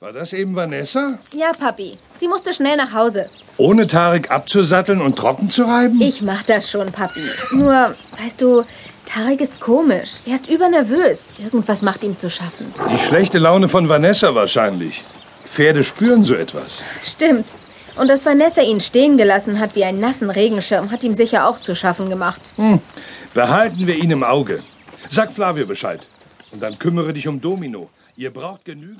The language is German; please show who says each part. Speaker 1: War das eben Vanessa?
Speaker 2: Ja, Papi. Sie musste schnell nach Hause.
Speaker 1: Ohne Tarek abzusatteln und trocken zu reiben?
Speaker 2: Ich mach das schon, Papi. Nur, weißt du, Tarek ist komisch. Er ist übernervös. Irgendwas macht ihm zu schaffen.
Speaker 1: Die schlechte Laune von Vanessa wahrscheinlich. Pferde spüren so etwas.
Speaker 2: Stimmt. Und dass Vanessa ihn stehen gelassen hat wie einen nassen Regenschirm, hat ihm sicher auch zu schaffen gemacht.
Speaker 1: Hm. Behalten wir ihn im Auge. Sag Flavio Bescheid. Und dann kümmere dich um Domino. Ihr braucht genügend.